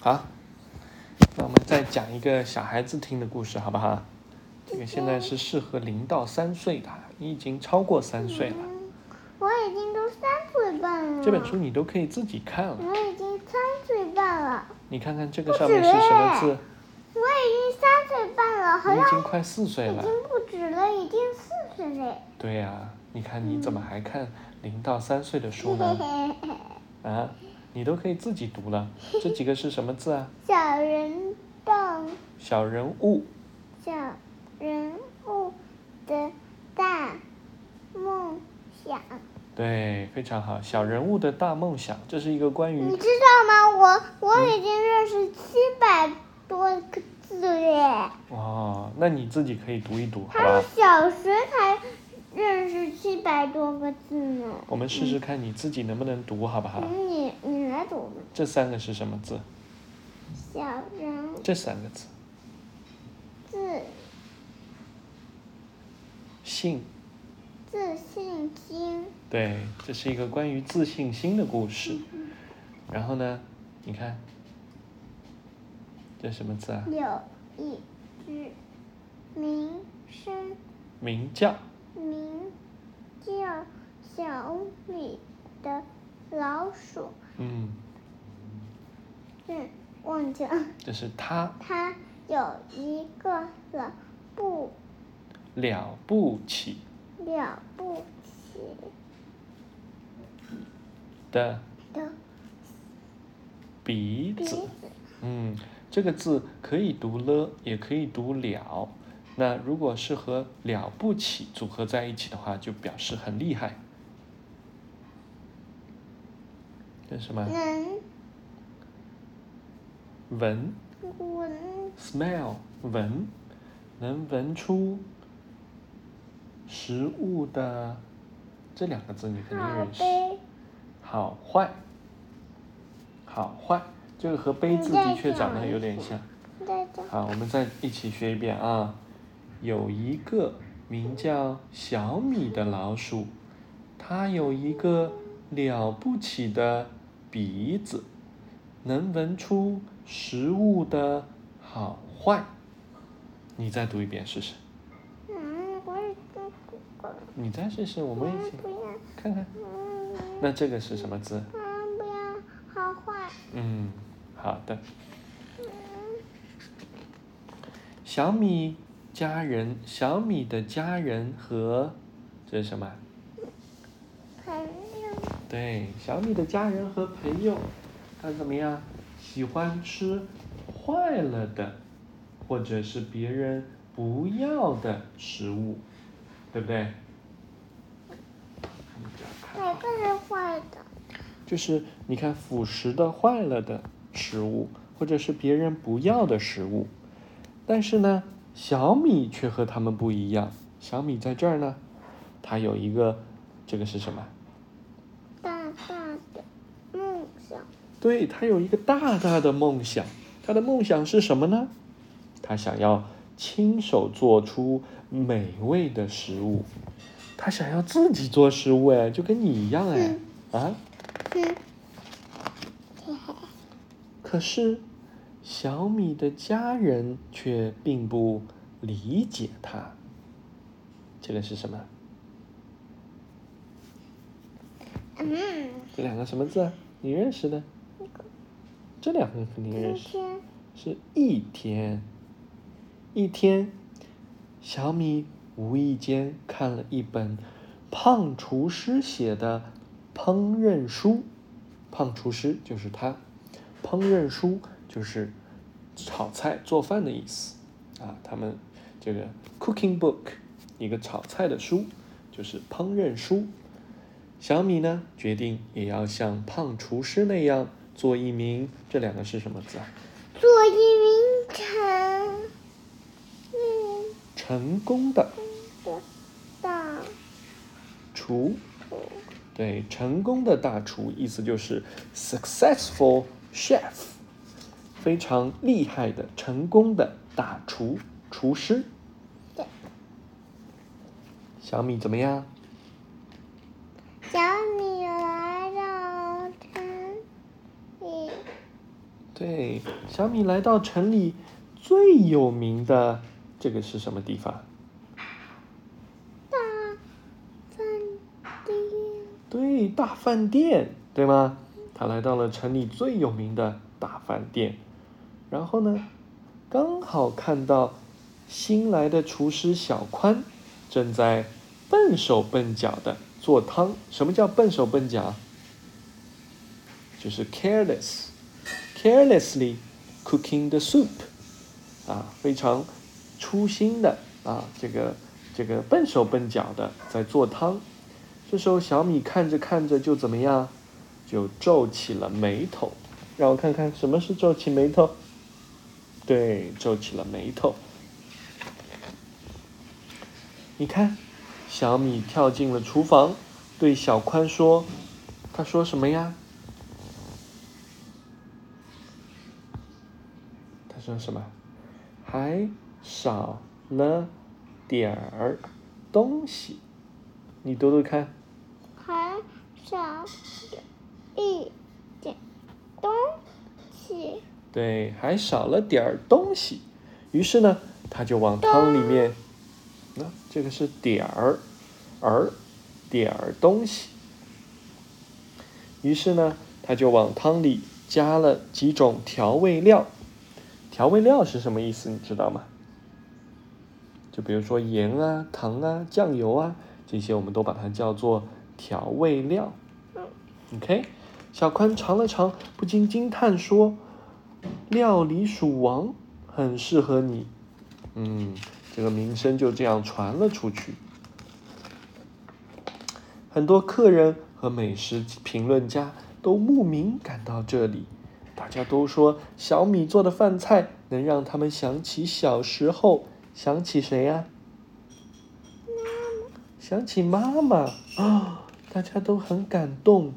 好，那我们再讲一个小孩子听的故事，好不好？这个现在是适合零到三岁的，你已经超过三岁了。嗯我已经都三岁半了。这本书你都可以自己看了，我已经三岁半了，你看看这个上面是什么字？我已经三岁半了，好你已像经快四岁已了。经不止了，已经四岁了。对呀、你看你怎么还看零到三岁的书嘿呢？嘿嘿，啊，你都可以自己读了。这几个是什么字啊？ 小人动，小人物，小人物的大梦想。对，非常好。小人物的大梦想，这是一个关于你知道吗？我我已经认识七百多个字耶，哦，那你自己可以读一读，好他们吧？小学才认识七百多个字呢。我们试试看你自己能不能读，好不好？嗯你你来读吧。这三个是什么字？小人这三个字，自信，自信心，对，这是一个关于自信心的故事。然后呢，你看，这什么字啊？有一只名声名叫，名叫小米的老鼠，嗯，嗯，忘记了。这是他它有一个了不了不起了不起的的鼻鼻子子，，嗯，这个字可以读了，也可以读了。那如果是和了不起组合在一起的话，就表示很厉害。这是什么？能闻闻，smell，闻，能闻出食物的这两个字，你肯定好认识。杯，好坏，好坏，嗯这个和杯子的确长得有点像。大家啊好，我们再一起学一遍啊。有一个名叫小米的老鼠，它有一个了不起的鼻子，能闻出食物的好坏。你再读一遍试试，嗯，我也不不你再试试，我们一起不要，看看。嗯那这个是什么字？嗯，不要，好坏，嗯，好的。嗯，小米家人，小米的家人和这是什么啊？朋友，对，小米的家人和朋友，他怎么样？喜欢吃坏了的，或者是别人不要的食物，对不对？你这样看哪个是坏的？就是你看腐蚀的、坏了的食物，或者是别人不要的食物。但是呢，小米却和他们不一样。小米在这儿呢，它有一个，这个是什么？大大的梦想，对，它有一个大大的梦想。它的梦想是什么呢？它想要亲手做出美味的食物。它想要自己做食物，哎，就跟你一样，哎，啊。嗯，可是，小米的家人却并不理解他。这个是什么？嗯，这两个什么字啊？你认识的？这两个肯定今认识。天是一天，一天，小米无意间看了一本胖厨师写的烹饪书。胖厨师就是他，烹饪书就是炒菜做饭的意思啊。他们这个 cooking book 一个炒菜的书，就是烹饪书。小米呢，决定也要像胖厨师那样做一名，这两个是什么字啊？做一名成嗯成功的的大厨，厨，对，成功的大厨，意思就是 successful chef，非常厉害的、成功的大厨厨师。对小米怎么样？小米来到城里，对，小米来到城里最有名的这个是什么地方？大饭店，对，大饭店，对吗？他来到了城里最有名的大饭店，然后呢，刚好看到新来的厨师小宽正在笨手笨脚的做汤。什么叫笨手笨脚？就是 careless。carelessly cooking the soup，啊，非常粗心的啊，这个这个笨手笨脚的在做汤。这时候小米看着看着就怎么样，就皱起了眉头。让我看看什么是皱起眉头。对，皱起了眉头。你看，小米跳进了厨房，对小宽说：“他说什么呀？”他说什么？还少了点儿东西。你读读看，还少一点东西，对，还少了点儿东西。于是呢，他就往汤里面，那、这个是点儿，儿，点儿东西。于是呢，他就往汤里加了几种调味料。调味料是什么意思？你知道吗？就比如说盐啊、糖啊、酱油啊，这些我们都把它叫做调味料。OK，小宽尝了尝，不禁惊叹说：“料理鼠王很适合你。”嗯，这个名声就这样传了出去。很多客人和美食评论家都慕名赶到这里，大家都说小米做的饭菜能让他们想起小时候，想起谁呀、想起妈妈啊、大家都很感动。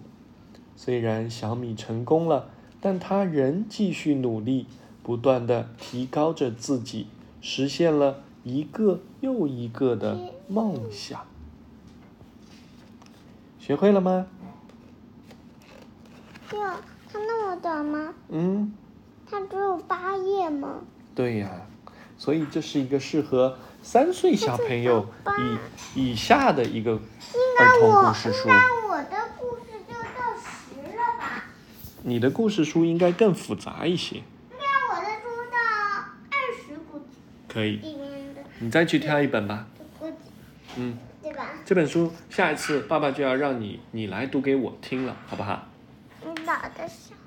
虽然小米成功了，但他仍继续努力，不断的提高着自己，实现了一个又一个的梦想。学会了吗？哟，它那么短吗？嗯，它只有八页吗？对呀、所以这是一个适合三岁小朋友它是以以下的一个儿那童我故事书。那我的故事就到十了吧？你的故事书应该更复杂一些，那我的书到二十股可以，里面的你再去挑一本吧。估计嗯，对吧？这本书下一次爸爸就要让你你来读给我听了，好不好？你老的时候。